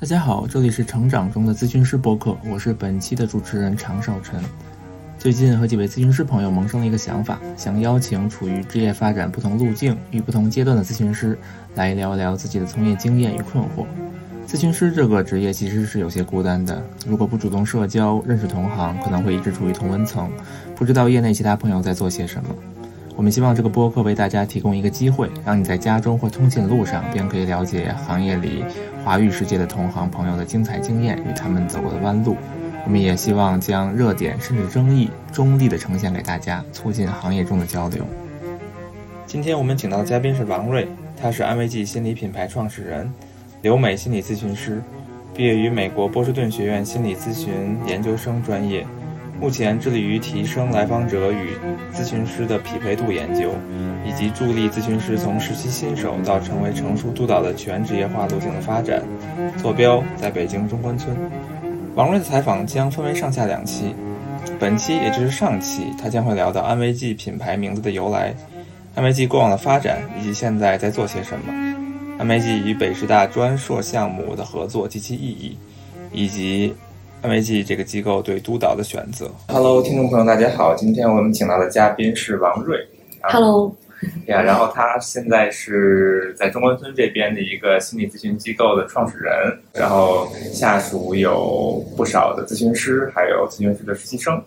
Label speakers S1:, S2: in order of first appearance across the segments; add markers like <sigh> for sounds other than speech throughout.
S1: 大家好，这里是成长中的咨询师播客，我是本期的主持人常少晨。最近和几位咨询师朋友萌生了一个想法，想邀请处于职业发展不同路径与不同阶段的咨询师来聊一聊自己的从业经验与困惑。咨询师这个职业其实是有些孤单的，如果不主动社交、认识同行，可能会一直处于同温层，不知道业内其他朋友在做些什么。我们希望这个播客为大家提供一个机会，让你在家中或通勤路上便可以了解行业里华语世界的同行朋友的精彩经验与他们走过的弯路。我们也希望将热点甚至争议中立的呈现给大家，促进行业中的交流。今天我们请到的嘉宾是王瑞，他是安慰剂心理品牌创始人，留美心理咨询师，毕业于美国波士顿学院心理咨询研究生专业，目前致力于提升来访者与咨询师的匹配度研究，以及助力咨询师从实习新手到成为成熟督导的全职业化路径的发展。坐标在北京中关村。王瑞的采访将分为上下两期，本期也就是上期，他将会聊到安慰剂品牌名字的由来、安慰剂过往的发展以及现在在做些什么，安慰剂与北师大专硕项目的合作及其意义，以及安慰剂这个机构对督导的选择。Hello，听众朋友，大家好，今天我们请到的嘉宾是王瑞。啊
S2: Hello，
S1: 呀，然后他现在是在中关村这边的一个心理咨询机构的创始人，然后下属有不少的咨询师，还有咨询师的实习生，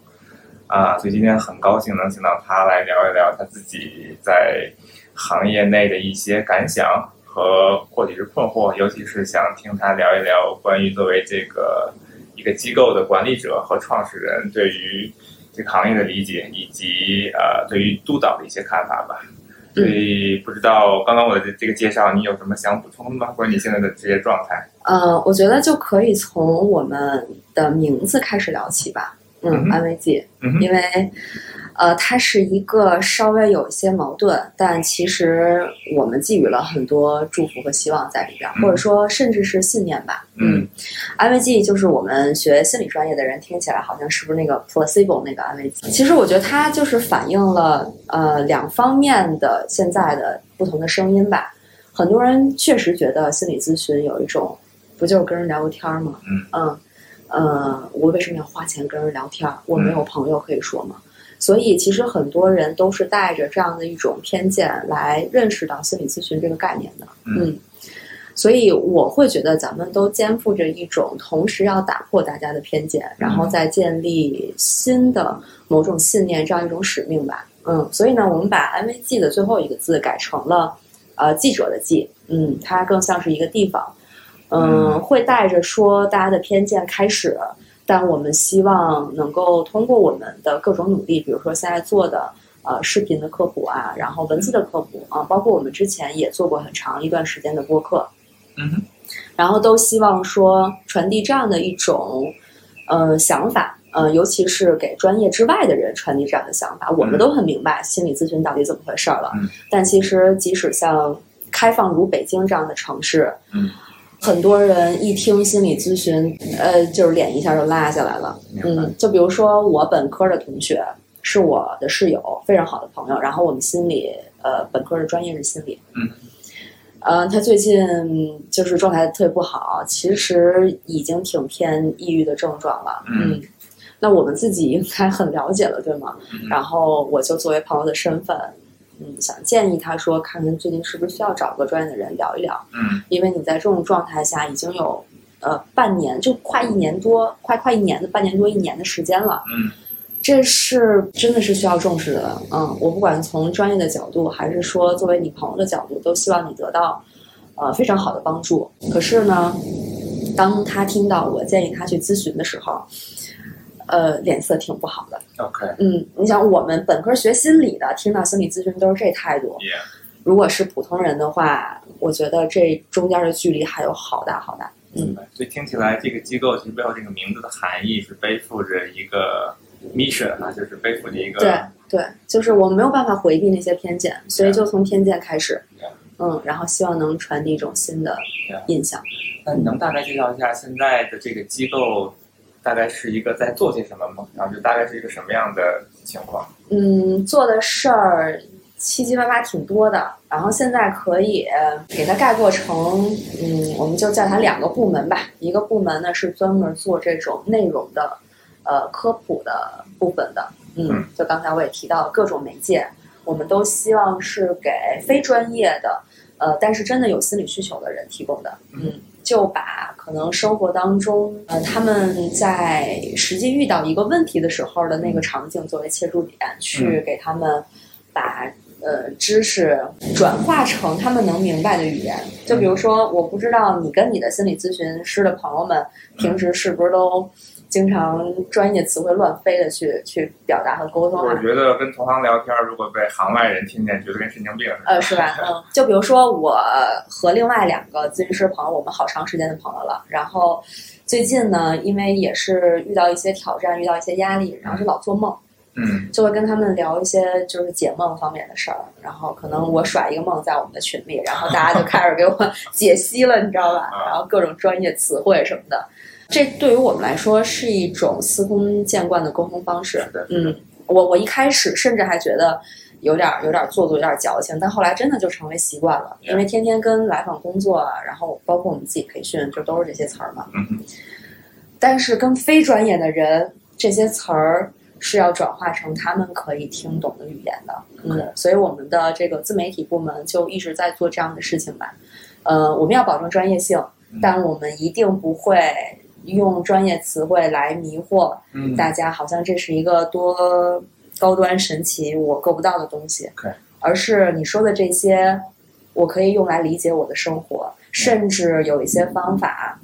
S1: 啊，所以今天很高兴能请到他来聊一聊他自己在行业内的一些感想和或许是困惑，尤其是想听他聊一聊关于作为这个一个机构的管理者和创始人对于。这个行业的理解，以及呃对于督导的一些看法吧。所
S2: 嗯
S1: 以不知道刚刚我的这个介绍，你有什么想补充的吗？关于你现在的职业状态？
S2: 呃，我觉得就可以从我们的名字开始聊起吧。
S1: 嗯
S2: 嗯，
S1: 哼
S2: 安慰剂，
S1: 嗯哼
S2: 因为呃，它是一个稍微有一些矛盾，但其实我们寄予了很多祝福和希望在里边儿，
S1: 嗯
S2: 或者说甚至是信念吧。
S1: 嗯，
S2: 安慰剂就是我们学心理专业的人听起来好像是不是那个 placebo 那个安慰剂？其实我觉得它就是反映了呃两方面的现在的不同的声音吧。很多人确实觉得心理咨询有一种不就是跟人聊个天儿吗？
S1: 嗯
S2: 嗯呃，我为什么要花钱跟人聊天儿？我没有朋友可以说吗？所以其实很多人都是带着这样的一种偏见来认识到心理咨询这个概念的。
S1: 嗯
S2: 嗯，所以我会觉得咱们都肩负着一种同时要打破大家的偏见，然后再建立新的某种信念这样一种使命吧。嗯，所以呢，我们把安慰剂的最后一个字改成了呃记者的记，嗯，它更像是一个地方，嗯，
S1: 嗯
S2: 会带着说大家的偏见开始，但我们希望能够通过我们的各种努力，比如说现在做的呃视频的科普啊，然后文字的科普啊，包括我们之前也做过很长一段时间的播客，
S1: 嗯哼，
S2: 然后都希望说传递这样的一种呃想法。呃，尤其是给专业之外的人传递这样的想法，我们都很明白心理咨询到底怎么回事儿了。
S1: 嗯
S2: 但其实，即使像开放如北京这样的城市，
S1: 嗯，
S2: 很多人一听心理咨询，呃，就是脸一下就拉下来了。
S1: 明白
S2: 嗯，就比如说我本科的同学是我的室友，非常好的朋友。然后我们心理，呃，本科的专业是心理。
S1: 嗯。
S2: 呃，他最近就是状态特别不好，其实已经挺偏抑郁的症状了。
S1: 嗯，
S2: 那我们自己应该很了解了，对吗？
S1: 嗯
S2: 然后我就作为朋友的身份，嗯，想建议他说，看看最近是不是需要找个专业的人聊一聊。
S1: 嗯
S2: 因为你在这种状态下已经有呃半年，就快一年多，快快一年的半年多一年的时间了，
S1: 嗯
S2: 这是真的是需要重视的。嗯，我不管从专业的角度，还是说作为你朋友的角度，都希望你得到呃非常好的帮助。可是呢，当他听到我建议他去咨询的时候，呃，脸色挺不好的。
S1: ，OK，
S2: 嗯，你想我们本科学心理的，听到心理咨询都是这态度，
S1: 也
S2: 如果是普通人的话，我觉得这中间的距离还有好大好大。
S1: 明白。所以听起来，这个机构其实背后这个名字的含义是背负着一个 mission 啊，就是背负着一个
S2: 对对，就是我没有办法回避那些偏见，所以就从偏见开始
S1: Yeah.。
S2: 嗯，然后希望能传递一种新的
S1: Yeah.
S2: 印象。
S1: 那你能大概介绍一下现在的这个机构大概是一个在做些什么吗？然后就大概是一个什么样的情况？
S2: 嗯，做的事儿七七八八挺多的，然后现在可以给它概括成，嗯，我们就叫它两个部门吧。一个部门呢是专门做这种内容的，呃，科普的部分的，嗯
S3: 嗯，
S2: 就刚才我也提到各种媒介，我们都希望是给非专业的，呃，但是真的有心理需求的人提供的，嗯。就把可能生活当中，呃，他们在实际遇到一个问题的时候的那个场景作为切入点，去给他们把呃知识转化成他们能明白的语言。就比如说，我不知道你跟你的心理咨询师的朋友们平时是不是都经常专业词汇乱飞的去去表达和沟通
S1: 我
S2: 啊？
S1: 觉得跟同行聊天，如果被行外人听见，觉得跟神经病似的。
S2: 呃，是吧？嗯，就比如说我和另外两个咨询师朋友，我们好长时间的朋友了。然后最近呢，因为也是遇到一些挑战，遇到一些压力，然后就老做梦。
S1: 嗯，
S2: 就会跟他们聊一些就是解梦方面的事儿，然后可能我甩一个梦在我们的群里，然后大家就开始给
S1: <laughs>
S2: 我解析了，你知道吧？
S1: 啊
S2: 然后各种专业词汇什么的，这对于我们来说是一种司空见惯的沟通方式
S1: 是。的，是的
S2: 嗯，我我一开始甚至还觉得有点有点做作，有点矫情，但后来真的就成为习惯了，因为天天跟来访工作啊，然后包括我们自己培训，就都是这些词儿嘛。
S1: 嗯哼
S2: 但是跟非专业的人，这些词儿是要转化成他们可以听懂的语言的。嗯，所以我们的这个自媒体部门就一直在做这样的事情吧。呃，我们要保证专业性
S1: 嗯，
S2: 但我们一定不会用专业词汇来迷惑
S1: 嗯，
S2: 大家，好像这是一个多高端神奇我够不到的东西
S1: OK，
S2: 而是你说的这些，我可以用来理解我的生活，甚至有一些方法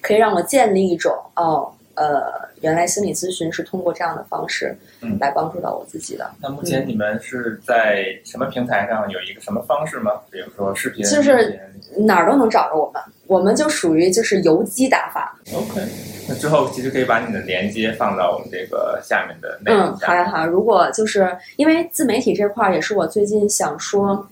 S2: 可以让我建立一种哦，呃，原来心理咨询是通过这样的方式
S1: 嗯
S2: 来帮助到我自己的。
S1: 那目前你们是在什么平台上有一个什么方式吗？比如说视频，
S2: 就是
S1: 音频
S2: 哪儿都能找着我们，我们就属于就是游击打法。
S1: OK，那之后其实可以把你的连接放到我们这个下面的内
S2: 嗯
S1: 容，
S2: 好
S1: 下。
S2: 呀好呀。如果就是因为自媒体这块儿，也是我最近想说，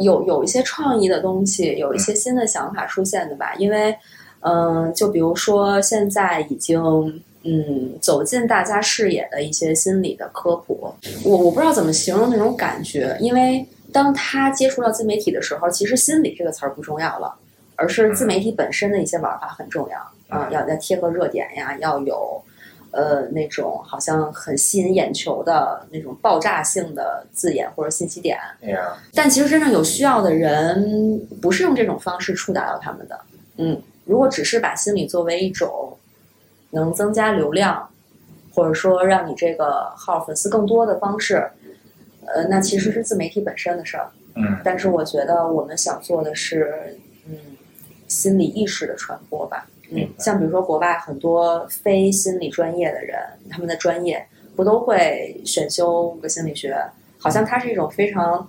S2: 有有一些创意的东西，有一
S1: 嗯
S2: 些新的想法出现的吧。因为，嗯、就比如说现在已经。嗯，走进大家视野的一些心理的科普，我我不知道怎么形容那种感觉，因为当他接触到自媒体的时候，其实“心理”这个词儿不重要了，而是自媒体本身的一些玩法很重要啊、
S1: 嗯
S2: 要要贴合热点呀，要有呃那种好像很吸引眼球的那种爆炸性的字眼或者信息点，
S1: 哎呀，
S2: 但其实真正有需要的人不是用这种方式触达到他们的。嗯，如果只是把心理作为一种能增加流量，或者说让你这个号粉丝更多的方式，呃，那其实是自媒体本身的事儿。
S1: 嗯，
S2: 但是我觉得我们想做的是，嗯，心理意识的传播吧。嗯
S1: 明白，
S2: 像比如说国外很多非心理专业的人，他们的专业不都会选修个心理学？好像它是一种非常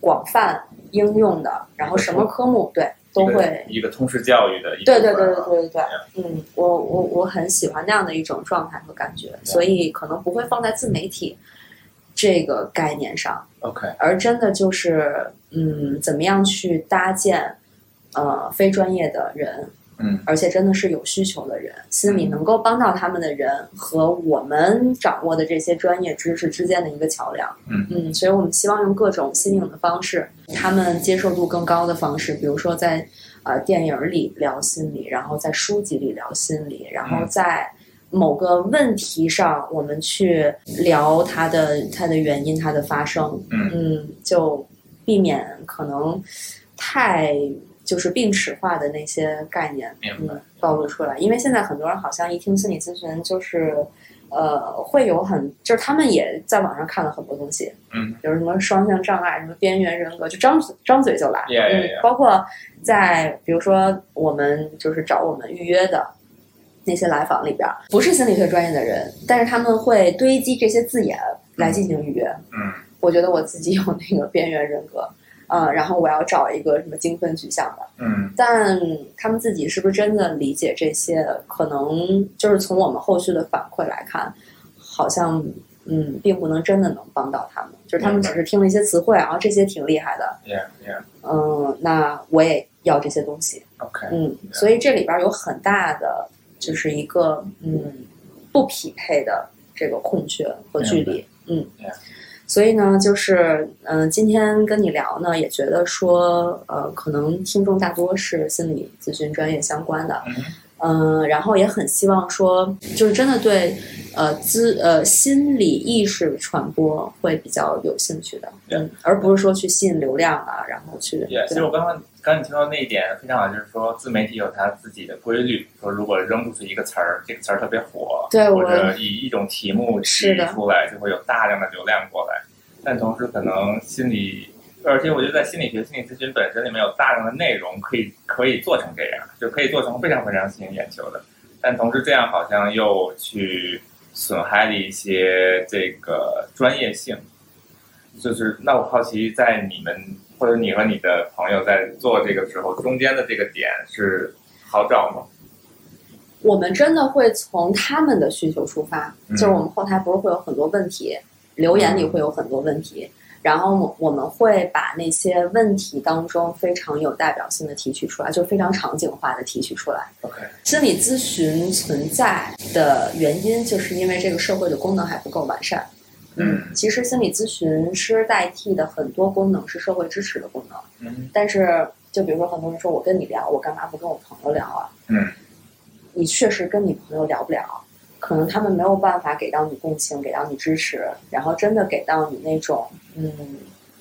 S2: 广泛应用的，然后什么科目对都会。
S1: 一个通识教育的一
S2: 对
S1: 个
S2: 对对
S1: 部
S2: 对
S1: 分啊
S2: 对对对，嗯，我我我很喜欢那样的一种状态和感觉，所以可能不会放在自媒体这个概念上。
S1: OK，
S2: 而真的就是，嗯，怎么样去搭建，呃，非专业的人，
S1: 嗯，
S2: 而且真的是有需求的人，心里能够帮到他们的人和我们掌握的这些专业知识之间的一个桥梁，
S1: 嗯
S2: 所以我们希望用各种新颖的方式，他们接受度更高的方式，比如说在呃电影里聊心理，然后在书籍里聊心理，然后
S1: 嗯
S2: 在。某个问题上，我们去聊它的它的原因、它的发生，
S1: 嗯，
S2: 嗯，就避免可能太就是病耻化的那些概念，
S1: 明白
S2: 嗯，暴露出来。因为现在很多人好像一听心理咨询，就是呃，会有很就是他们也在网上看了很多东西，
S1: 嗯，
S2: 比如什么双向障碍、什么边缘人格，就张嘴张嘴就来
S1: Yeah, yeah,
S2: 嗯
S1: yeah.，
S2: 包括在比如说我们就是找我们预约的。那些来访里边儿，不是心理学专业的人，但是他们会堆积这些字眼来进行预约。
S1: 嗯，
S2: 我觉得我自己有那个边缘人格，呃，然后我要找一个什么精分取向的。
S1: 嗯，
S2: 但他们自己是不是真的理解这些？可能就是从我们后续的反馈来看，好像嗯，并不能真的能帮到他们。就是他们只是听了一些词汇，然后这些挺厉害的，
S1: yeah yeah
S2: 嗯，那我也要这些东西，
S1: OK，
S2: 嗯，所以这里边儿有很大的就是一个嗯不匹配的这个空缺和距离，嗯
S1: Yeah.，
S2: 所以呢，就是嗯、呃今天跟你聊呢，也觉得说，呃，可能听众大多是心理咨询专业相关的，嗯、然后也很希望说，就是真的对呃资呃心理意识传播会比较有兴趣的，嗯，而不是说去吸引流量啊，然后去
S1: 也、其实我刚刚刚刚你听到那一点非常好，就是说自媒体有它自己的规律，说如果扔出去一个词儿，这个词儿特别火，
S2: 对
S1: 或
S2: 我
S1: 者以一种题目
S2: 是
S1: 提
S2: 的
S1: 出来，就会有大量的流量过来。但同时，可能心理，而且我觉得在心理学、心理咨询本身里面有大量的内容可以可以做成这样，就可以做成非常非常吸引眼球的。但同时，这样好像又去损害了一些这个专业性。就是那我好奇，在你们或者你和你的朋友在做这个时候，中间的这个点是好找吗？
S2: 我们真的会从他们的需求出发，
S1: 嗯
S2: 就是我们后台不是会有很多问题，留言里会有很多问题，然后我我们会把那些问题当中非常有代表性的提取出来，就是非常场景化的提取出来。
S1: OK
S2: 心理咨询存在的原因，就是因为这个社会的功能还不够完善。
S1: 嗯，
S2: 其实心理咨询师代替的很多功能是社会支持的功能。
S1: 嗯
S2: 但是，就比如说很多人说我跟你聊，我干嘛不跟我朋友聊啊？
S1: 嗯，
S2: 你确实跟你朋友聊不了，可能他们没有办法给到你共情，给到你支持，然后真的给到你那种嗯，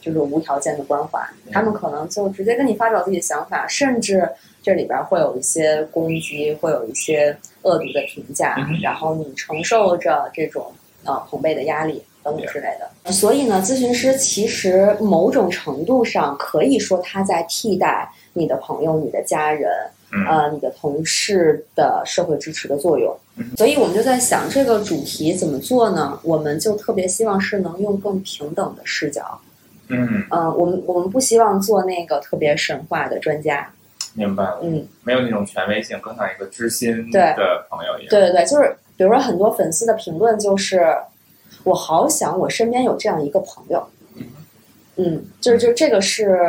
S2: 就是无条件的关怀。他们可能就直接跟你发表自己的想法，甚至这里边会有一些攻击，会有一些恶毒的评价
S1: 嗯，
S2: 然后你承受着这种呃朋辈的压力等等之类的。所以呢，咨询师其实某种程度上可以说他在替代你的朋友、你的家人、
S1: 嗯
S2: 呃你的同事的社会支持的作用
S1: 嗯。
S2: 所以我们就在想这个主题怎么做呢？我们就特别希望是能用更平等的视角。
S1: 嗯，
S2: 嗯、我们我们不希望做那个特别神话的专家。
S1: 明白了，
S2: 嗯，
S1: 没有那种权威性，更像一个知心
S2: 对
S1: 的朋友一样。
S2: 对对对，就是比如说很多粉丝的评论就是，我好想我身边有这样一个朋友。嗯，就是就这个是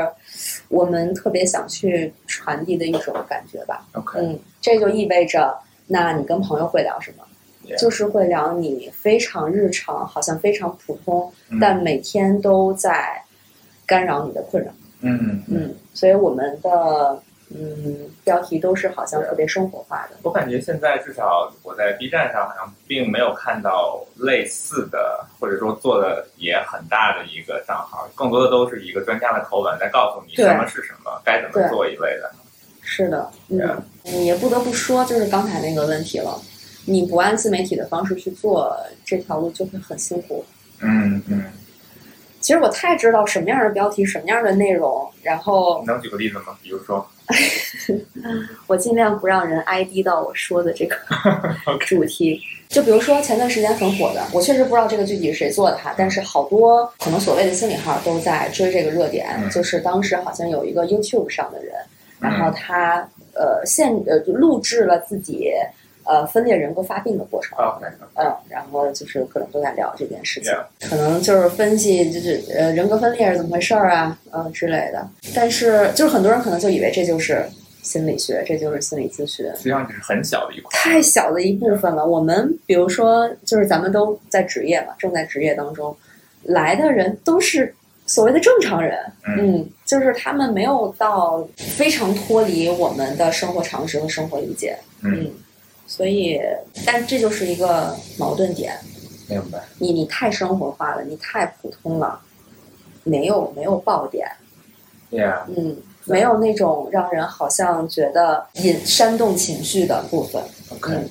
S2: 我们特别想去传递的一种感觉吧。
S1: OK，
S2: 嗯，这就意味着，那你跟朋友会聊什么
S1: Yeah
S2: 就是会聊你非常日常，好像非常普通，
S1: 嗯
S2: 但每天都在干扰你的困扰。
S1: 嗯
S2: 嗯，所以我们的嗯标题都是好像特别生活化的。
S1: 我感觉现在至少我在 B 站上好像并没有看到类似的，或者说做的也很大的一个账号，更多的都是一个专家的口吻在告诉你
S2: 对
S1: 什么是什么，该怎么
S2: 对
S1: 做一类的。
S2: 是的，
S1: Yeah.
S2: 嗯，嗯也不得不说，就是刚才那个问题了。你不按自媒体的方式去做这条路，就会很辛苦。
S1: 嗯嗯，
S2: 其实我太知道什么样的标题、什么样的内容，然后
S1: 能举个例子吗？比如说
S2: 我尽量不让人 ID 到我说的这个
S1: <laughs> OK
S2: 主题。就比如说前段时间很火的，我确实不知道这个具体是谁做的哈，但是好多可能所谓的心理号都在追这个热点
S1: 嗯，
S2: 就是当时好像有一个 YouTube 上的人，
S1: 嗯
S2: 然后他呃现呃就录制了自己呃分裂人格发病的过程。
S1: ，OK，
S2: 嗯，然后就是各种都在聊这件事情
S1: Yeah
S2: 可能就是分析就是呃人格分裂是怎么回事儿啊，呃之类的。但是就是很多人可能就以为这就是心理学，这就是心理咨询，
S1: 实际上只是很小的一块。
S2: 太小的一部分了。我们比如说就是咱们都在职业嘛，正在职业当中，来的人都是所谓的正常人，
S1: 嗯
S2: 嗯，就是他们没有到非常脱离我们的生活常识和生活理解，
S1: 嗯，，
S2: 所以，但这就是一个矛盾点，
S1: 明白。
S2: 你你太生活化了，你太普通了，没有没有爆点，
S1: Yeah，
S2: 嗯，没有那种让人好像觉得引煽动情绪的部分，
S1: OK，
S2: 嗯，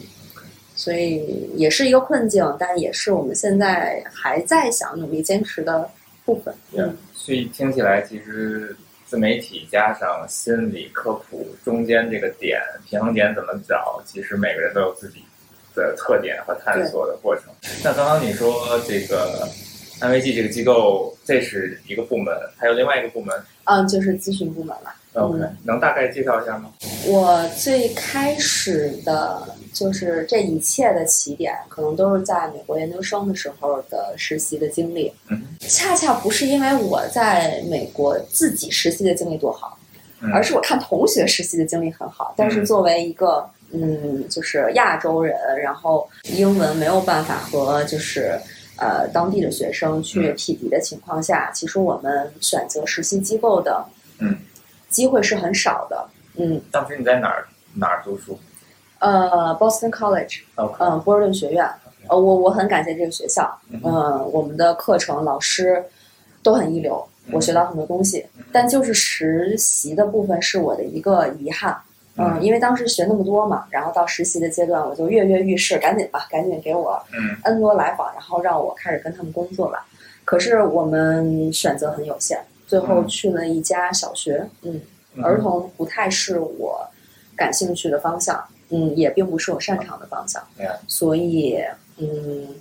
S2: 所以也是一个困境，但也是我们现在还在想努力坚持的部分，
S1: Yeah，
S2: 嗯，
S1: 所以听起来其实自媒体加上心理科普中间这个点平衡点怎么找，其实每个人都有自己的特点和探索的过程。 <laughs> 那刚刚你说这个安慰剂这个机构，这是一个部门，还有另外一个部门。
S2: 嗯，就是咨询部门了。
S1: OK，、能大概介绍一下吗？
S2: 我最开始的就是这一切的起点，可能都是在美国研究生的时候的实习的经历。
S1: 嗯
S2: 恰恰不是因为我在美国自己实习的经历多好，
S1: 嗯
S2: 而是我看同学实习的经历很好。但是作为一个嗯，就是亚洲人，然后英文没有办法和就是呃当地的学生去
S1: 嗯
S2: 匹敌的情况下，其实我们选择实习机构的
S1: 嗯
S2: 机会是很少的。嗯，
S1: 当时你在哪儿哪儿读书
S2: 呃，Boston College，
S1: ？OK，
S2: 嗯，波士顿学院，呃，我我很感谢这个学校，
S1: 嗯哼
S2: 呃，我们的课程老师都很一流，我学到很多东西，但就是实习的部分是我的一个遗憾，嗯，因为当时学那么多嘛，然后到实习的阶段，我就跃跃欲试，赶紧吧，赶紧给我
S1: 嗯
S2: N 多来访，然后让我开始跟他们工作吧。可是我们选择很有限，最后
S1: 嗯
S2: 去了一家小学，嗯，
S1: 嗯
S2: 儿童不太是我感兴趣的方向，嗯，也并不是我擅长的方向，
S1: 对啊
S2: 所以嗯，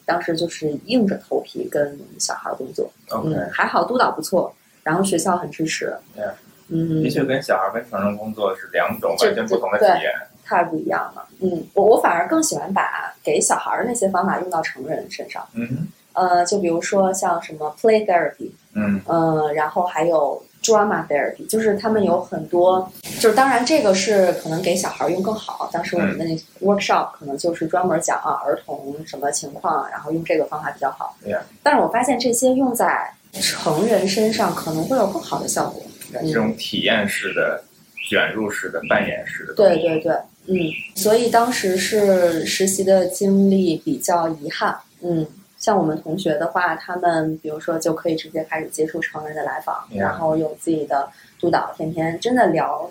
S2: 当时就是硬着头皮跟小孩工作，
S1: OK，
S2: 嗯，还好督导不错，然后学校很支持
S1: 对啊，
S2: 嗯
S1: 的，确跟小孩跟成人工作是两种
S2: 这
S1: 完全不同的
S2: 这
S1: 体验。
S2: 太不一样了，嗯，我我反而更喜欢把给小孩儿那些方法用到成人身上，
S1: 嗯哼
S2: 呃，就比如说像什么 play therapy，
S1: 嗯
S2: 呃，然后还有 drama therapy，就是他们有很多，就是当然这个是可能给小孩儿用更好。当时我们的那 workshop 可能就是专门讲啊儿童什么情况，然后用这个方法比较好。
S1: 对呀
S2: 但是我发现这些用在成人身上可能会有更好的效果。
S1: 这
S2: 嗯
S1: 种体验式的、卷入式的、扮演式的，
S2: 对，对对，嗯，所以当时是实习的经历比较遗憾，嗯，像我们同学的话，他们比如说就可以直接开始接触成人的来访
S1: Yeah.
S2: 然后有自己的督导，天天真的聊，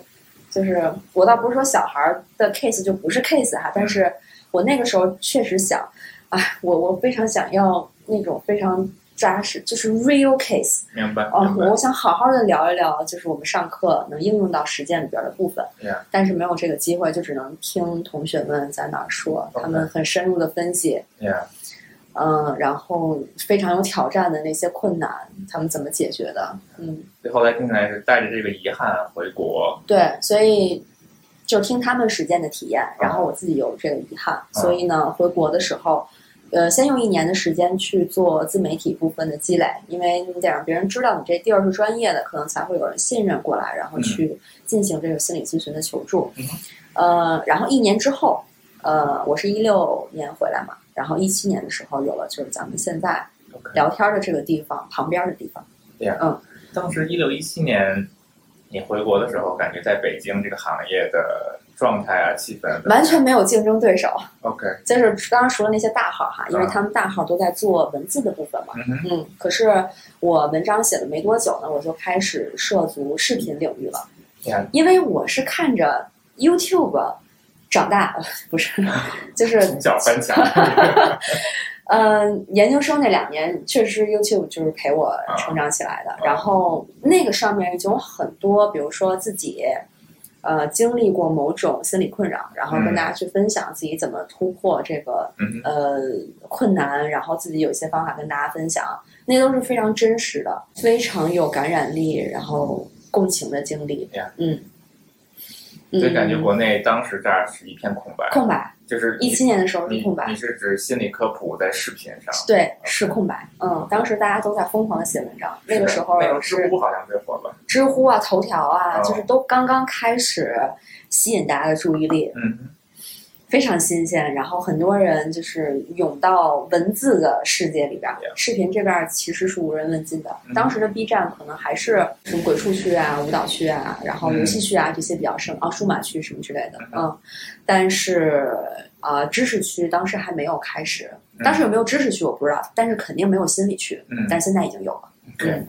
S2: 就是我倒不是说小孩儿的 case 就不是 case 哈，但是我那个时候确实想，哎，我我非常想要那种非常扎实，就是 real case，
S1: 明白
S2: 哦
S1: 明，白。
S2: 我想好好的聊一聊，就是我们上课能应用到实践里边的部分。
S1: Yeah.
S2: 但是没有这个机会，就只能听同学们在哪儿说，
S1: OK
S2: 他们很深入的分析，
S1: Yeah，
S2: 嗯，然后非常有挑战的那些困难，他们怎么解决的？嗯，
S1: 最后来听起来是带着这个遗憾回国。
S2: 对，所以就听他们实践的体验，然后我自己有这个遗憾，所以呢，回国的时候。呃，先用一年的时间去做自媒体部分的积累，因为你得让别人知道你这地儿是专业的，可能才会有人信任过来，然后去进行这个心理咨询的求助。
S1: 嗯
S2: 呃，然后一年之后，呃，我是一六年回来嘛，然后一七年的时候有了就是咱们现在
S1: OK，
S2: 聊天的这个地方旁边的地方。
S1: 当时一六一七年你回国的时候，感觉在北京这个行业的状态啊、气氛
S2: 完全没有竞争对手，
S1: OK，
S2: 就是当然除了那些大号哈，因为
S1: 嗯
S2: 他们大号都在做文字的部分嘛。
S1: 嗯哼
S2: 嗯，可是我文章写了没多久呢，我就开始涉足视频领域了，
S1: ，Yeah，
S2: 因为我是看着 YouTube 长大，
S1: <laughs>
S2: 不是，就是
S1: 从小翻
S2: <laughs>
S1: 墙，
S2: 嗯，研究生那两年确实 YouTube 就是陪我
S1: 啊
S2: 成长起来的。
S1: 啊
S2: 然后那个上面已经有很多，比如说自己呃经历过某种心理困扰，然后跟
S1: 嗯
S2: 大家去分享自己怎么突破这个、
S1: 嗯哼
S2: 呃困难，然后自己有一些方法跟大家分享，那都是非常真实的，非常有感染力，然后共情的经历。
S1: Yeah
S2: 嗯，
S1: 所以感觉
S2: 嗯
S1: 国内当时这儿是一片空白，
S2: 空白，
S1: 就是你
S2: 一七年的时候是
S1: 你
S2: 空白
S1: 你。是指心理科普在视频上？
S2: 对，是空白。嗯，当时大家都在疯狂的写文章，那个时候
S1: 那个知
S2: 是
S1: 乎好像最火吧？
S2: 知乎啊、头条啊，
S1: 哦
S2: 就是都刚刚开始吸引大家的注意力，
S1: 嗯
S2: 非常新鲜。然后很多人就是涌到文字的世界里边儿
S1: Yeah，
S2: 视频这边儿其实是无人问津的
S1: 啊嗯。
S2: 当时的 B 站可能还是什么鬼畜区啊、舞蹈区啊，然后游戏区啊这些比较盛啊，数码区什么之类的，
S1: 嗯
S2: 嗯。但是啊、呃知识区当时还没有开始，
S1: 嗯
S2: 当时有没有知识区我不知道，但是肯定没有心理区。
S1: 嗯
S2: 但现在已经有了。
S1: 对
S2: 嗯，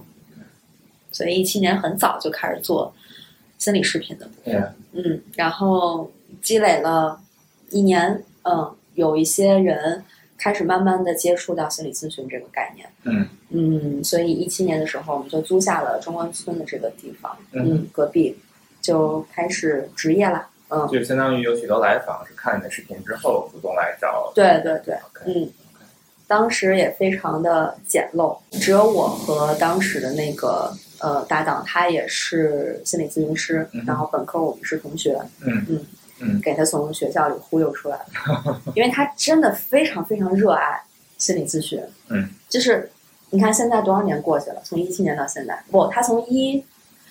S2: 所以一七年很早就开始做心理视频的部分。
S1: Yeah
S2: 嗯，然后积累了一年，嗯，有一些人开始慢慢的接触到心理咨询这个概念。
S1: 嗯
S2: 嗯，所以一七年的时候，我们就租下了中关村的这个地方，
S1: 嗯，
S2: 嗯，隔壁就开始职业了。嗯，
S1: 就相当于有许多来访是看你的视频之后主动来找。
S2: 对对对。
S1: OK，
S2: 嗯，当时也非常的简陋，只有我和当时的那个呃搭档，他也是心理咨询师，
S1: 嗯哼
S2: 然后本科我们是同学，
S1: 嗯
S2: 嗯
S1: 嗯
S2: 给他从学校里忽悠出来的，因为他真的非常非常热爱心理咨询，
S1: 嗯，
S2: 就是你看现在多少年过去了，从一七年到现在，不，他从一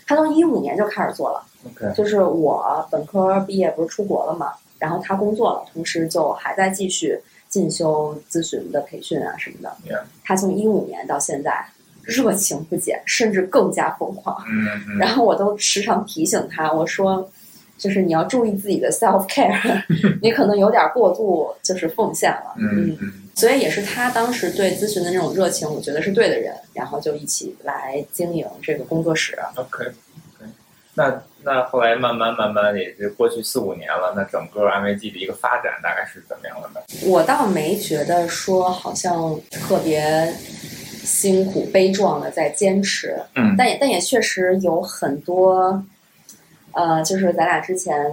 S2: 他从一五年就开始做了。
S1: OK，
S2: 就是我本科毕业不是出国了嘛，然后他工作了，同时就还在继续进修咨询的培训啊什么的。
S1: Yeah.
S2: 他从一五年到现在热情不减，甚至更加疯狂。
S1: 嗯嗯
S2: 然后我都时常提醒他，我说，就是你要注意自己的 self care，
S1: <laughs>
S2: 你可能有点过度就是奉献了，
S1: 嗯嗯
S2: 所以也是他当时对咨询的那种热情，我觉得是对的人，然后就一起来经营这个工作室。
S1: ，OK OK，那那后来慢慢慢慢也就过去四五年了，那整个安慰剂的一个发展大概是怎么样的呢？
S2: 我倒没觉得说好像特别辛苦悲壮的在坚持，
S1: 嗯
S2: 但也但也确实有很多，呃，就是咱俩之前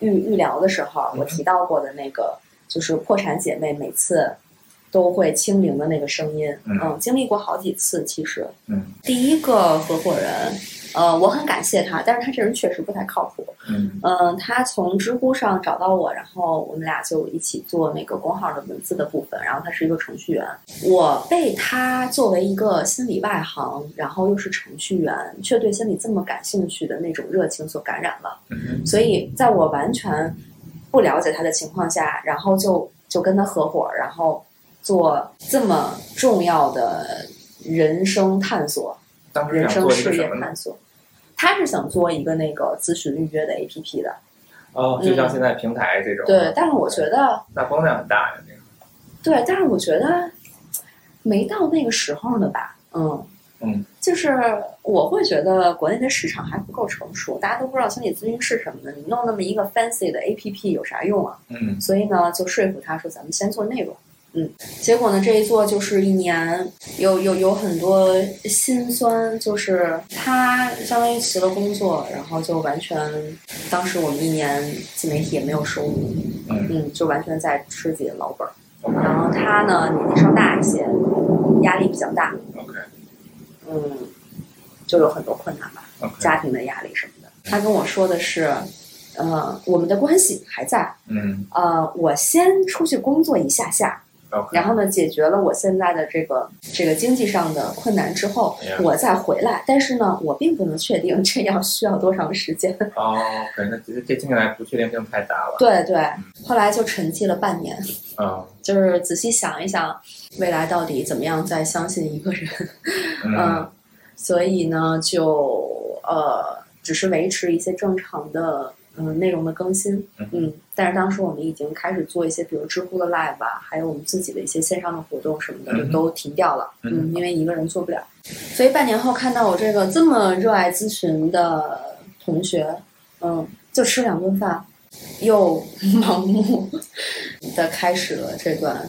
S2: 预预聊的时候，我提到过的那个，就是破产姐妹每次都会清零的那个声音，
S1: 嗯
S2: 经历过好几次。其实
S1: 嗯
S2: 第一个合伙人，呃，我很感谢他，但是他这人确实不太靠谱。
S1: 嗯
S2: 嗯，他从知乎上找到我，然后我们俩就一起做那个公号的文字的部分。然后他是一个程序员，我被他作为一个心理外行，然后又是程序员，却对心理这么感兴趣的那种热情所感染了。
S1: 嗯
S2: 所以在我完全不了解他的情况下，然后就就跟他合伙，然后做这么重要的人生探索。
S1: 当时
S2: 人
S1: 想
S2: 生
S1: 做一个
S2: 事
S1: 什
S2: 业
S1: 么呢？
S2: 探索。他是想做一个那个咨询预约的 APP 的，
S1: 哦，就像现在平台这种，
S2: 嗯对，，但是我觉得，
S1: 那风量很大呀，这个，
S2: 对，但是我觉得没到那个时候呢吧，嗯
S1: 嗯，
S2: 就是我会觉得国内的市场还不够成熟，大家都不知道心理咨询是什么呢，你弄那么一个 fancy 的 APP 有啥用啊？
S1: 嗯
S2: 所以呢，就说服他说咱们先做内容。嗯，结果呢，这一做就是一年，有有有很多心酸，就是他相当于辞了工作，然后就完全，当时我们一年自媒体也没有收入，
S1: 嗯
S2: 嗯，就完全在吃自己的老本儿。
S1: ，OK
S2: 然后他呢，年纪稍大一些，压力比较大，
S1: OK
S2: 嗯，就有很多困难吧。
S1: OK，
S2: 家庭的压力什么的。他跟我说的是，呃，我们的关系还在，
S1: 嗯
S2: 呃，我先出去工作一下下，
S1: OK，
S2: 然后呢，解决了我现在的这个这个经济上的困难之后
S1: Yeah.，
S2: 我再回来。但是呢，我并不能确定这要需要多长时间。 <laughs>
S1: 哦，OK，那这这听起来不确定性太大了，
S2: 对对，后来就沉寂了半年。
S1: 嗯
S2: 就是仔细想一想，未来到底怎么样再相信一个人？
S1: 嗯
S2: 嗯，所以呢，就呃，只是维持一些正常的嗯、内容的更新
S1: 嗯，
S2: 嗯，但是当时我们已经开始做一些，比如知乎的 live 啊，还有我们自己的一些线上的活动什么的，
S1: 嗯
S2: 就都停掉了，
S1: 嗯
S2: 嗯，因为一个人做不了，所以半年后看到我这个这么热爱咨询的同学，嗯，就吃两顿饭，又 <laughs> 盲目的开始了这段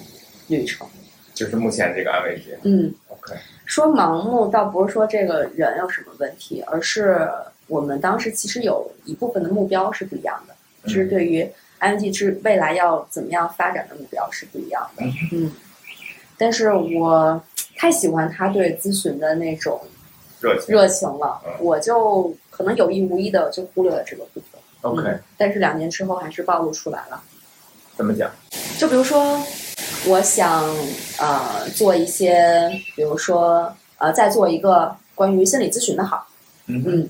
S2: 旅程，
S1: 就是目前这个安慰剂
S2: 嗯。
S1: ，OK，
S2: 说盲目，倒不是说这个人有什么问题，而是我们当时其实有一部分的目标是不一样的，
S1: 嗯
S2: 就是对于 IMG 之未来要怎么样发展的目标是不一样的。嗯，但是我太喜欢他对咨询的那种
S1: 热情
S2: 热情了
S1: 嗯，
S2: 我就可能有意无意的就忽略了这个部分。
S1: ，OK，
S2: 但是两年之后还是暴露出来了。
S1: 怎么讲？
S2: 就比如说，我想呃做一些，比如说呃再做一个关于心理咨询的好，
S1: 嗯哼
S2: 嗯，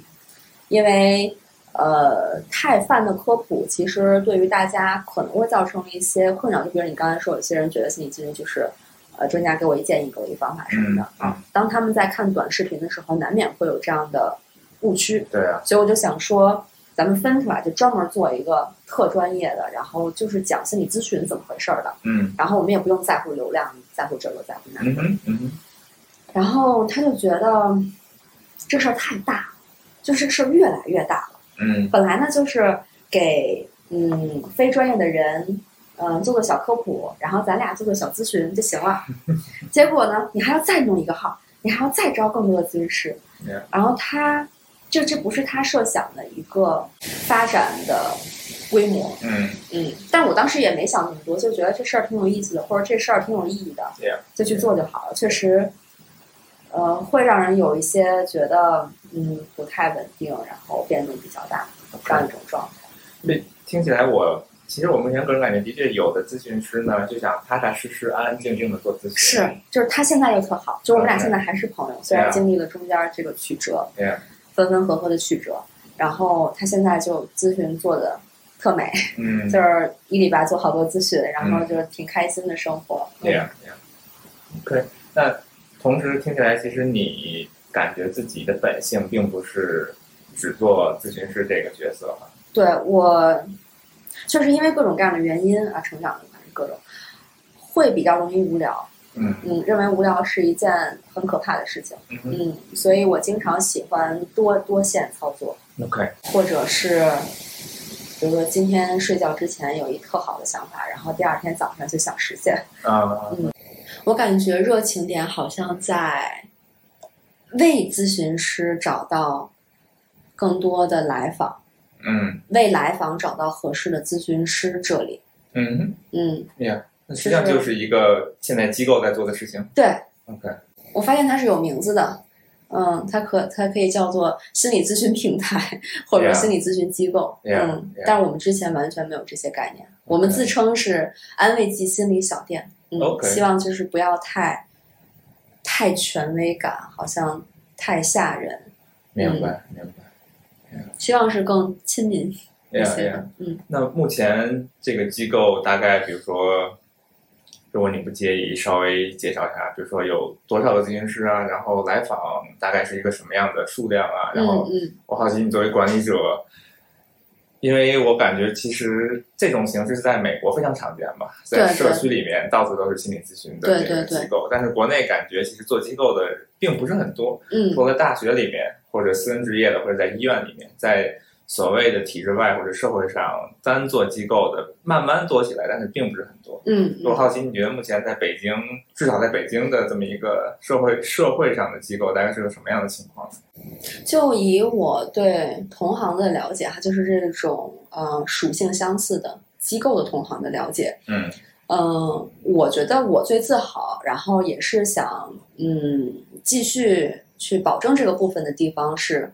S2: 因为呃太泛的科普，其实对于大家可能会造成一些困扰，就比如你刚才说，有些人觉得心理咨询就是。呃，专家给我一建议，给我一方法什么的
S1: 嗯
S2: 啊。当他们在看短视频的时候，难免会有这样的误区。
S1: 对啊，
S2: 所以我就想说，咱们分出来，就专门做一个特专业的，然后就是讲心理咨询怎么回事儿的。
S1: 嗯
S2: 然后我们也不用在乎流量，在乎这个，在乎那个。
S1: 嗯哼嗯哼
S2: 然后他就觉得这事儿太大了，就是这事儿越来越大了。
S1: 嗯
S2: 本来呢，就是给嗯非专业的人。嗯，做做小科普，然后咱俩做做小咨询就行了。结果呢，你还要再弄一个号，你还要再招更多的咨询师，
S1: Yeah
S2: 然后他这这不是他设想的一个发展的规模，
S1: 嗯
S2: 嗯，但我当时也没想那么多，就觉得这事儿挺有意思的，或者这事儿挺有意义的
S1: Yeah.
S2: 就去做就好了。确实，呃，会让人有一些觉得嗯不太稳定，然后变动比较大这样一种状态。
S1: 对，听起来我其实我目前个人感觉，的确有的咨询师呢，就想踏踏实实、安安静静的做咨询。
S2: 是，就是他现在又特好，就是我们俩
S1: Okay.
S2: 现在还是朋友，虽然
S1: Yeah.
S2: 经历了中间这个曲折
S1: Yeah.
S2: 分分合合的曲折，然后他现在就咨询做的特美，
S1: 嗯，
S2: <laughs> 就是一礼拜做好多咨询，然后就是挺开心的生活。嗯
S1: 这样这样。OK，那同时听起来，其实你感觉自己的本性并不是只做咨询师这个角色嘛？
S2: 对我，确实因为各种各样的原因啊，成长的反正各种，会比较容易无聊。
S1: 嗯
S2: 嗯，认为无聊是一件很可怕的事情。
S1: 嗯哼
S2: 嗯，所以我经常喜欢多多线操作，
S1: ，OK，
S2: 或者是比如说今天睡觉之前有一特好的想法，然后第二天早上就想实现。
S1: 啊、
S2: 我感觉热情点好像在为咨询师找到更多的来访，
S1: 嗯
S2: 为来访找到合适的咨询师这里。
S1: 嗯哼，
S2: 嗯，
S1: 呀，那实际上就是一个现在机构在做的事情。
S2: 对
S1: OK，
S2: 我发现它是有名字的。嗯，它可它可以叫做心理咨询平台或者
S1: Yeah.
S2: 心理咨询机构。
S1: Yeah,
S2: 嗯
S1: yeah.
S2: 但是我们之前完全没有这些概念，我们自称是安慰剂心理小店。嗯
S1: OK
S2: 希望就是不要太太权威感，好像太吓人。
S1: 明白
S2: 嗯
S1: 明白。
S2: 希望是更亲民一
S1: Yeah,
S2: 些
S1: yeah.
S2: 的。嗯，
S1: 那目前这个机构大概，比如说，如果你不介意，稍微介绍一下，比如说有多少个咨询师啊，然后来访大概是一个什么样的数量啊？然后
S2: 嗯嗯，
S1: 我好奇你作为管理者，因为我感觉其实这种形式是在美国非常常见吧，
S2: 对
S1: 在社区里面到处都是心理咨询的
S2: 对
S1: 这个
S2: 对对
S1: 机构，但是国内感觉其实做机构的并不是很多，
S2: 嗯，
S1: 除了大学里面或者私人职业的，或者在医院里面，在所谓的体制外或者社会上单做机构的，慢慢多起来，但是并不是很多。
S2: 嗯
S1: 我
S2: 嗯，
S1: 好奇，你觉得目前在北京，至少在北京的这么一个社会社会上的机构，大概是个什么样的情况？
S2: 就以我对同行的了解哈，就是这种呃属性相似的机构的同行的了解，
S1: 嗯
S2: 嗯，我觉得我最自豪，然后也是想嗯继续去保证这个部分的地方是，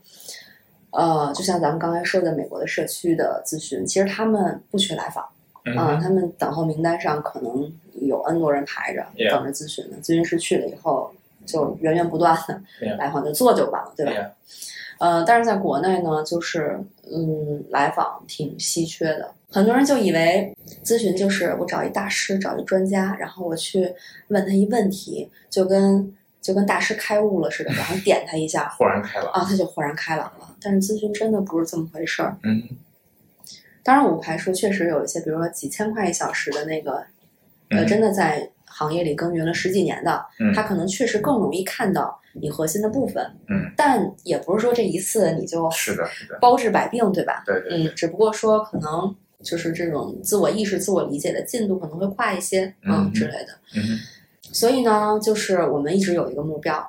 S2: 呃，就像咱们刚才说的，美国的社区的咨询，其实他们不缺来访。
S1: 嗯
S2: 啊，
S1: 哼
S2: 他们等候名单上可能有 N 多人排着
S1: Yeah.
S2: 等着咨询呢。咨询师去了以后，就源源不断的
S1: Yeah.
S2: 来访就做就完了，对吧
S1: Yeah.
S2: 呃，但是在国内呢，就是嗯，来访挺稀缺的。很多人就以为咨询就是我找一大师，找一专家，然后我去问他一问题，就跟就跟大师开悟了似的，然后点他一下
S1: 豁然开朗。
S2: 啊，他就豁然开朗了。但是咨询真的不是这么回事儿。
S1: 嗯
S2: 当然，我不排除确实有一些，比如说几千块一小时的那个，呃，
S1: 嗯
S2: 真的在行业里耕耘了十几年的，
S1: 嗯
S2: 他可能确实更容易看到你核心的部分。
S1: 嗯，
S2: 但也不是说这一次你就是
S1: 的，是的，
S2: 包治百病，对吧？
S1: 对对
S2: 嗯，只不过说可能就是这种自我意识、自我理解的进度可能会快一些，
S1: 嗯
S2: 之类的。
S1: 嗯哼
S2: 所以呢，就是我们一直有一个目标，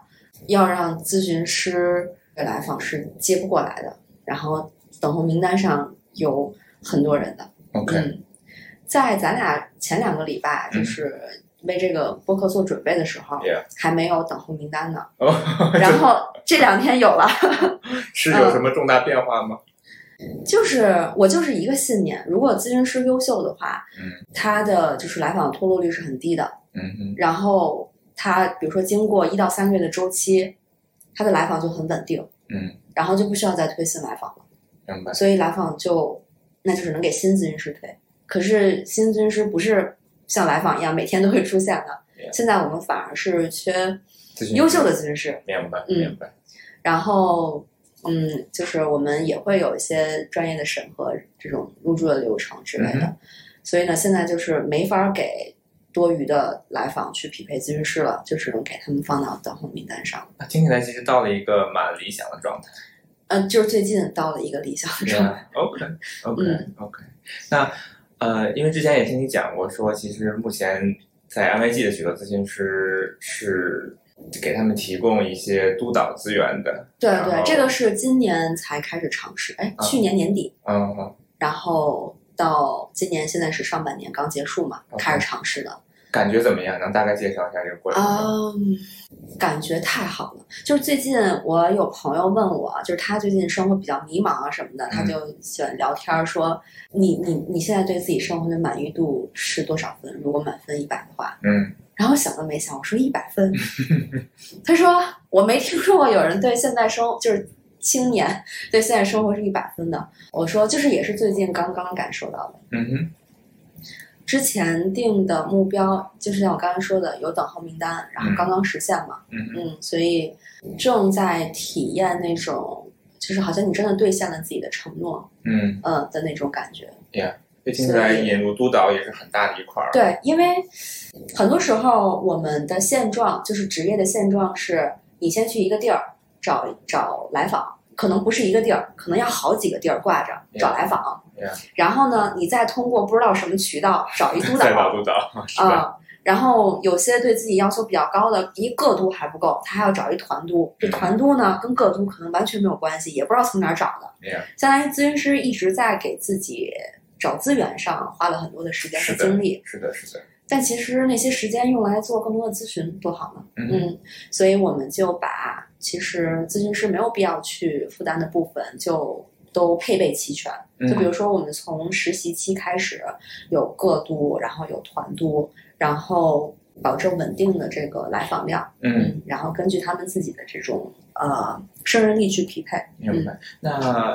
S2: 要让咨询师的来访是接不过来的，然后等候名单上有很多人的。
S1: ，OK，
S2: 嗯，在咱俩前两个礼拜，
S1: 嗯
S2: 就是为这个播客做准备的时候
S1: Yeah
S2: 还没有等候名单呢。
S1: 哦， <laughs>
S2: 然后这两天有了，
S1: 是有什么重大变化吗？
S2: 就是我就是一个信念，如果咨询师优秀的话，
S1: 嗯
S2: 他的就是来访脱落率是很低的。
S1: 嗯哼
S2: 然后他比如说经过一到三个月的周期，他的来访就很稳定，
S1: 嗯，
S2: 然后就不需要再推新来访了。
S1: 明白，
S2: 所以来访就那就只能给新咨询师推。可是新咨询师不是像来访一样每天都会出现的
S1: Yeah.
S2: 现在我们反而是缺
S1: 咨询
S2: 优秀的，咨询师。
S1: 明白，
S2: 嗯
S1: 明白，
S2: 然后，嗯，就是我们也会有一些专业的审核这种入驻的流程之类的。
S1: 嗯
S2: 所以呢，现在就是没法给多余的来访去匹配咨询师了，就只能给他们放到等候名单上。
S1: 那听起来其实到了一个蛮理想的状态。
S2: 嗯、就是最近到了一个理想的状态。
S1: OK OK 啊
S2: 嗯
S1: OK，那呃，因为之前也听你讲过说，其实目前在安慰剂的许多咨询师是给他们提供一些督导资源的。
S2: 对
S1: 然
S2: 对
S1: 后，
S2: 这个是今年才开始尝试，哎，
S1: 啊
S2: 去年年底，
S1: 嗯嗯，
S2: 然后到今年现在是上半年刚结束嘛，
S1: OK
S2: 开始尝试的。
S1: 感觉怎么样？能大概介绍一下这个过程吗？
S2: 嗯，感觉太好了。就是最近我有朋友问我，就是他最近生活比较迷茫啊什么的，他就喜欢聊天儿说，你你你现在对自己生活的满意度是多少分？如果满分一百的话，
S1: 嗯
S2: 然后想都没想，我说一百分，他说我没听说过有人对现在生就是青年对现实生活是一百分的。我说，就是也是最近刚刚感受到的。
S1: 嗯哼，
S2: 之前定的目标，就是像我刚刚说的，有等候名单，然后刚刚实现嘛，
S1: 嗯哼，
S2: 嗯，所以正在体验那种，就是好像你真的兑现了自己的承诺，
S1: 嗯，
S2: 嗯的那种感觉。
S1: 这听起来引入督导也是很大的一块儿。
S2: 对，因为很多时候我们的现状就是职业的现状是，你先去一个地儿找找来访，可能不是一个地儿，可能要好几个地儿挂着
S1: Yeah.
S2: 找来访
S1: Yeah.
S2: 然后呢，你再通过不知道什么渠道找一督
S1: <laughs> 再到
S2: 导，
S1: 督导是吧？
S2: 啊、然后有些对自己要求比较高的，一个督还不够，他还要找一团督。
S1: 嗯
S2: 这团督呢，跟个督可能完全没有关系，也不知道从哪儿找的。
S1: Yeah.
S2: 相当于咨询师一直在给自己找资源上花了很多的时间和
S1: 是的
S2: 精力。
S1: 是的，是的，
S2: 但其实那些时间用来做更多的咨询多好呢。
S1: 嗯哼
S2: 嗯，所以我们就把其实咨询师没有必要去负担的部分就都配备齐全。
S1: 嗯
S2: 就比如说我们从实习期开始有个督，然后有团督，然后保证稳定的这个来访量，
S1: 嗯，，
S2: 然后根据他们自己的这种呃胜任力去匹配。
S1: 明白。那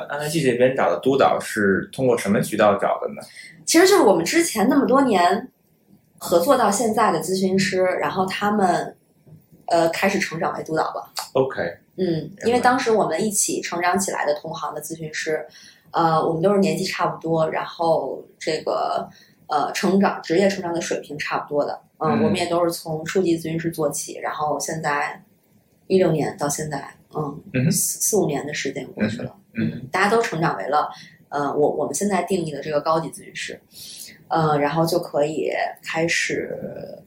S1: 安乐季这边找的督导是通过什么渠道找的呢？
S2: 其实就是我们之前那么多年合作到现在的咨询师，然后他们呃开始成长为督导吧。
S1: OK，
S2: 嗯，
S1: 白
S2: 因为当时我们一起成长起来的同行的咨询师，呃，我们都是年纪差不多，然后这个呃成长职业成长的水平差不多的，嗯，
S1: 嗯
S2: 我们也都是从初级咨询师做起，然后现在一六年到现在，嗯，
S1: 嗯哼
S2: 四四五年的时间过去了，
S1: 嗯
S2: 嗯，大家都成长为了呃我我们现在定义的这个高级咨询师。呃，然后就可以开始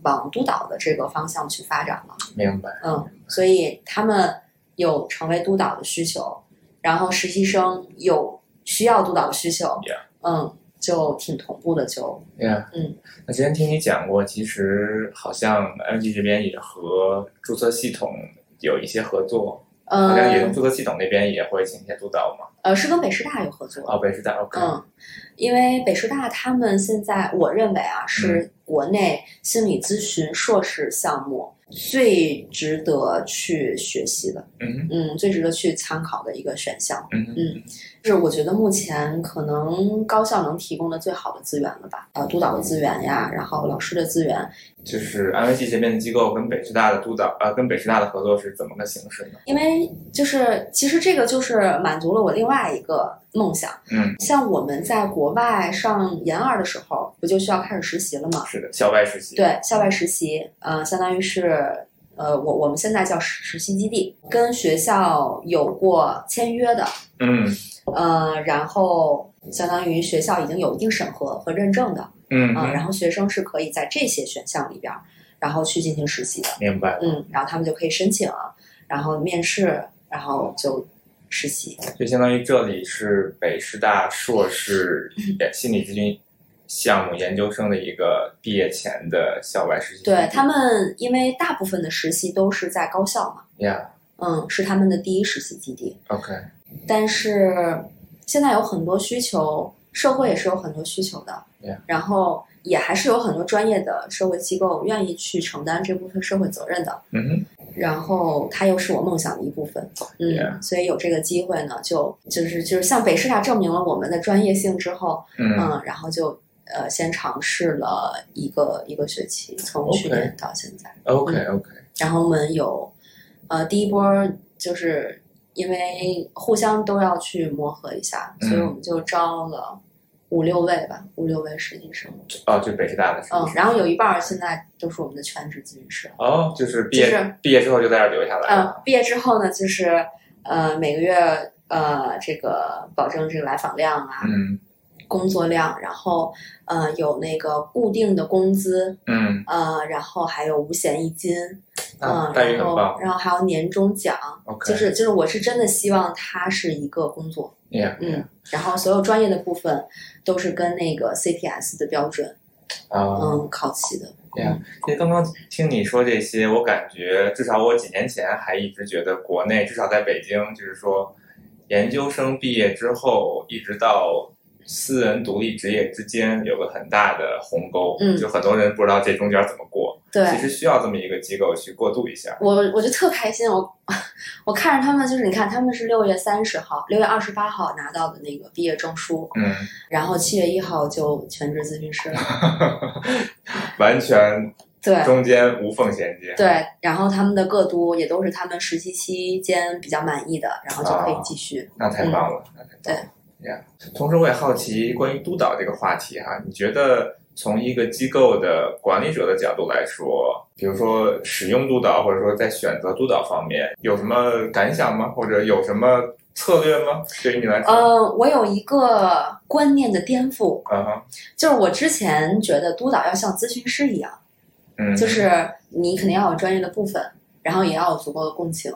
S2: 往督导的这个方向去发展了。
S1: 明白。
S2: 嗯，所以他们有成为督导的需求，然后实习生有需要督导的需求
S1: Yeah.
S2: 嗯，就挺同步的就，
S1: Yeah，
S2: 嗯，
S1: 那之前听你讲过，其实好像 MG 这边也和注册系统有一些合作，好像也
S2: 呃
S1: 注册系统那边也会请一些督导嘛。
S2: 呃，是跟北师大有合作，
S1: 哦，北师大 OK，
S2: 嗯，因为北师大他们现在我认为啊
S1: 嗯
S2: 是国内心理咨询硕士项目最值得去学习的，
S1: 嗯哼
S2: 嗯，最值得去参考的一个选项，
S1: 嗯哼
S2: 嗯是我觉得目前可能高校能提供的最好的资源了吧，呃，督导的资源呀，然后老师的资源，
S1: 就是安 v g 这边的机构跟北师大的督导，呃，跟北师大的合作是怎么个形式呢？
S2: 因为就是其实这个就是满足了我另外一个梦想。
S1: 嗯，
S2: 像我们在国外上研二的时候，不就需要开始实习了吗？
S1: 是的，校外实习。，
S2: 对，校外实习，呃，相当于是。呃，我我们现在叫实实习基地，跟学校有过签约的，
S1: 嗯
S2: 呃，然后相当于学校已经有一定审核和认证的，
S1: 嗯
S2: 啊，
S1: 哼，
S2: 然后学生是可以在这些选项里边儿，然后去进行实习的，
S1: 明白。
S2: 嗯，然后他们就可以申请，然后面试，然后就实习，
S1: 就相当于这里是北师大硕士
S2: 嗯
S1: 呃心理咨询项目研究生的一个毕业前的校外实习基地。
S2: 对他们，因为大部分的实习都是在高校嘛，
S1: 呀
S2: 嗯，是他们的第一实习基地，
S1: ，OK，
S2: 但是现在有很多需求，社会也是有很多需求的
S1: Yeah.
S2: 然后也还是有很多专业的社会机构愿意去承担这部分社会责任的，
S1: 嗯哼，
S2: 然后它又是我梦想的一部分，嗯
S1: 哦 Yeah.
S2: 所以有这个机会呢，就就是就是向北师大证明了我们的专业性之后，
S1: 嗯
S2: 嗯，然后就呃先尝试了一个一个学期，从
S1: OK
S2: 去年到现在
S1: OK
S2: 嗯
S1: OK，
S2: 然后我们有呃第一波就是因为互相都要去磨合一下，
S1: 嗯
S2: 所以我们就招了五六位吧，五六位实习生，
S1: 哦，就北师大的是
S2: 嗯
S1: 不，是？
S2: 然后有一半儿现在都是我们的全职咨询师。
S1: 哦，就是毕业、
S2: 就是
S1: 毕业之后就在这儿留下来了。
S2: 呃，毕业之后呢，就是呃每个月呃这个保证这个来访量啊、
S1: 嗯
S2: 工作量，然后呃有那个固定的工资，
S1: 嗯，
S2: 呃然后还有五险一金，嗯、
S1: 那啊待遇
S2: 然
S1: 很
S2: 后
S1: 棒。
S2: 然后还有年终奖，
S1: OK，
S2: 就是嗯就是我是真的希望它是一个工作，
S1: yeah,
S2: 嗯。然后所有专业的部分都是跟那个 CPS 的标准，
S1: 啊，
S2: 嗯，靠齐的。
S1: Yeah 其实刚刚听你说这些，我感觉至少我几年前还一直觉得国内，至少在北京，就是说研究生毕业之后，一直到私人独立职业之间有个很大的鸿沟，
S2: 嗯
S1: 就很多人不知道这中间怎么过。
S2: 对，
S1: 其实需要这么一个机构去过渡一下。
S2: 我我就特开心，我 <laughs> 我看着他们，就是你看他们是六月三十号、六月二十八号拿到的那个毕业证书，
S1: 嗯，
S2: 然后七月一号就全职咨询师了， <laughs>
S1: 完全
S2: 对。
S1: 中间无缝衔接。
S2: 对，然后他们的各都也都是他们实习期间比较满意的，然后就可以继续。
S1: 那太棒
S2: 嗯
S1: 了，那太棒了。呀，同时我也好奇关于督导这个话题哈、你觉得从一个机构的管理者的角度来说，比如说使用督导，或者说在选择督导方面有什么感想吗？或者有什么策略吗？对于你来说，
S2: 呃，我有一个观念的颠覆，
S1: 嗯哼，
S2: 就是我之前觉得督导要像咨询师一样，
S1: 嗯，
S2: 就是你肯定要有专业的部分，然后也要有足够的共情，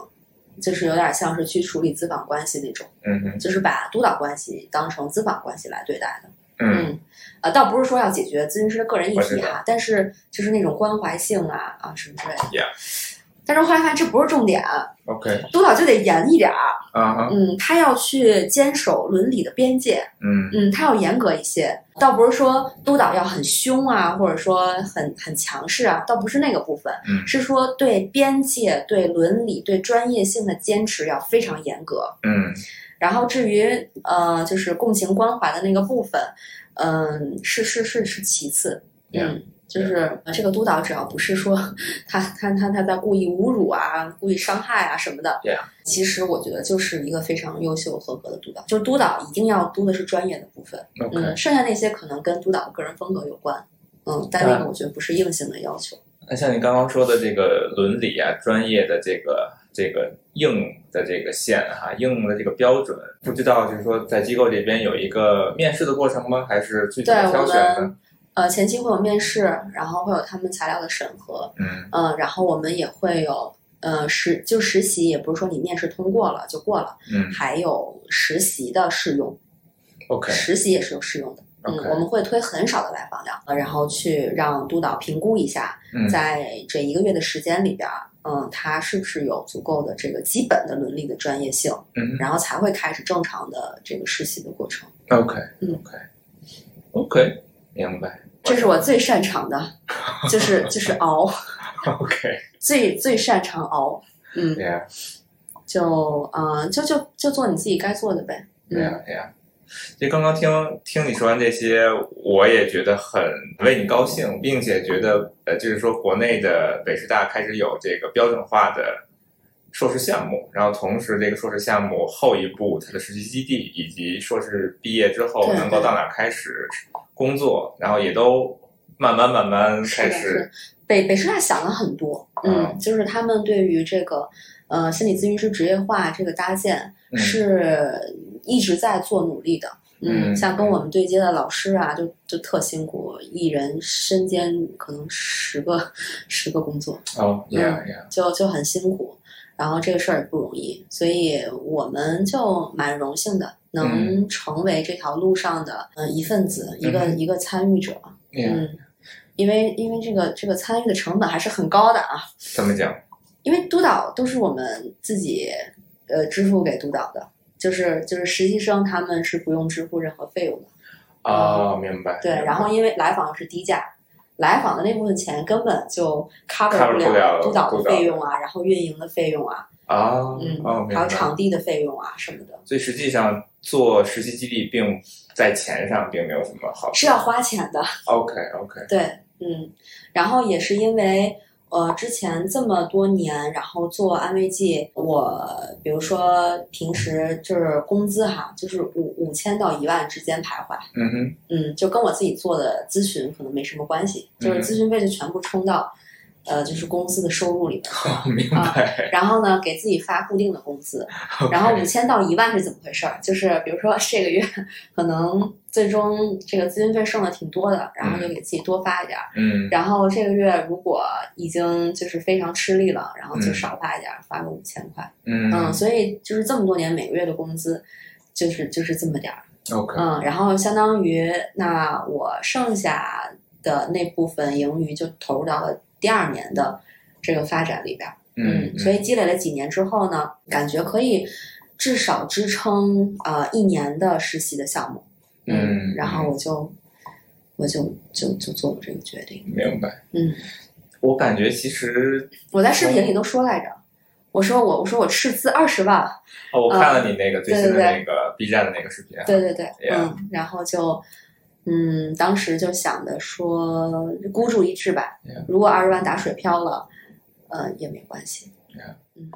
S2: 就是有点像是去处理咨访关系那种，
S1: 嗯哼，
S2: 就是把督导关系当成咨访关系来对待的。
S1: 嗯
S2: 嗯，呃，倒不是说要解决咨询师的个人议
S1: 我知
S2: 题
S1: 道
S2: 哈，但是就是那种关怀性啊啊什么之类的。
S1: Yeah
S2: 但是我后来发现这不是重点，
S1: ，OK，
S2: 督导就得严一点儿。
S1: 啊哈，
S2: 嗯，他要去坚守伦理的边界，
S1: 嗯
S2: 嗯，他要严格一些。倒不是说督导要很凶啊，或者说很很强势啊，倒不是那个部分，
S1: 嗯
S2: 是说对边界、对伦理、对专业性的坚持要非常严格。
S1: 嗯
S2: 然后至于呃，就是共情关怀的那个部分，嗯、是是是是其次，嗯
S1: Yeah.。
S2: 就是呃这个督导，只要不是说他他他他在故意侮辱啊、故意伤害啊什么的
S1: Yeah.
S2: 其实我觉得就是一个非常优秀合格的督导。就是督导一定要督的是专业的部分，
S1: ，OK，
S2: 嗯，剩下那些可能跟督导的个人风格有关，嗯，但那个我觉得不是硬性的要求。
S1: 那像你刚刚说的这个伦理啊、专业的这个这个硬的这个线哈、硬的这个标准，不知道就是说在机构这边有一个面试的过程吗？还是具体
S2: 对
S1: 的挑
S2: 我
S1: 选呢？
S2: 们呃前期会有面试，然后会有他们材料的审核，
S1: 嗯
S2: 嗯，然后我们也会有呃实就实习，也不是说你面试通过了就过了，
S1: 嗯
S2: 还有实习的试用，
S1: ，OK
S2: 实习也是有试用的。嗯
S1: OK
S2: 我们会推很少的来访量，呃然后去让督导评估一下，
S1: 嗯
S2: 在这一个月的时间里边儿，嗯，他是不是有足够的这个基本的伦理的专业性，
S1: 嗯
S2: 然后才会开始正常的这个实习的过程。
S1: OK
S2: 嗯
S1: OK OK，明白
S2: 这是我最擅长的，就是就是熬，
S1: OK
S2: 最最擅长熬。嗯，
S1: Yeah
S2: 就嗯、呃就就就做你自己该做的呗。嗯，
S1: Yeah Yeah。就刚刚听听你说完这些，我也觉得很为你高兴，并且觉得呃，就是说国内的北师大开始有这个标准化的硕士项目，然后同时这个硕士项目后一步它的实习基地以及硕士毕业之后
S2: 对
S1: 能够
S2: 对
S1: 到哪儿开始工作，然后也都慢慢慢慢
S2: 是
S1: 开
S2: 的，
S1: 始
S2: 是北北师大想了很多，嗯，
S1: 嗯
S2: 就是他们对于这个呃心理咨询师职业化这个搭建
S1: 嗯
S2: 是一直在做努力的。嗯，
S1: 嗯
S2: 像跟我们对接的老师啊，就就特辛苦，一人身兼可能十个十个工作，
S1: 哦，yeah
S2: 嗯
S1: yeah，
S2: 就就很辛苦。然后这个事儿也不容易，所以我们就蛮荣幸的，能成为这条路上的嗯、呃一份子，一个、
S1: 嗯
S2: 一个参与者。
S1: yeah，
S2: 嗯，因为因为这个这个参与的成本还是很高的啊，
S1: 怎么讲？
S2: 因为督导都是我们自己呃支付给督导的，就是就是实习生他们是不用支付任何费用的。
S1: 哦，明白。
S2: 嗯对，
S1: 明白
S2: 然后因为来访是低价，来访的那部分钱根本就
S1: cover
S2: cover
S1: 不了
S2: 督导
S1: 督导
S2: 的
S1: 的
S2: 费用啊，然后运营的费用啊。
S1: 啊，
S2: 嗯
S1: 哦，明
S2: 还
S1: 白。
S2: 有场地的费用啊什么的，
S1: 所以实际上做实习基地并在钱上并没有什么好处。
S2: 是啊要花钱的。
S1: OK OK，
S2: 对，嗯，然后也是因为呃之前这么多年，然后做安慰剂，我比如说平时就是工资哈，就是五五千到一万之间徘徊，
S1: 嗯哼，
S2: 嗯，就跟我自己做的咨询可能没什么关系，就是
S1: 嗯
S2: 咨询费就全部充到。呃，就是公司的收入里面去了，
S1: 我哦明白。
S2: 然后呢，给自己发固定的工资，啊然后
S1: <laughs> OK
S2: 五千到一万是怎么回事儿？就是比如说 <laughs> 这个月可能最终这个咨询费剩的挺多的，然后就给自己多发一点儿。
S1: 嗯
S2: 然后这个月如果已经就是非常吃力了，然后就
S1: 嗯
S2: 少发一点儿，发个五千块。
S1: 嗯
S2: 嗯，所以就是这么多年每个月的工资。就是就是这么点儿，
S1: OK
S2: 嗯，然后相当于那我剩下的那部分盈余就投入到了第二年的这个发展里边儿。嗯，所以积累了几年之后呢，感觉可以至少支撑呃一年的实习的项目。
S1: 嗯
S2: 然后我就我就就就做了这个决定。
S1: 明白。
S2: 嗯，
S1: 我感觉其实
S2: 我在视频里都说来着，我说我我说我斥资二十万，
S1: 哦，我看了你那个最新的
S2: 啊对对对
S1: 那个 B 站的那个视频啊，
S2: 对对对
S1: Yeah
S2: 嗯，然后就，嗯，当时就想的说孤注一掷吧
S1: Yeah
S2: 如果二十万打水漂了，呃，也没关系
S1: Yeah
S2: 嗯，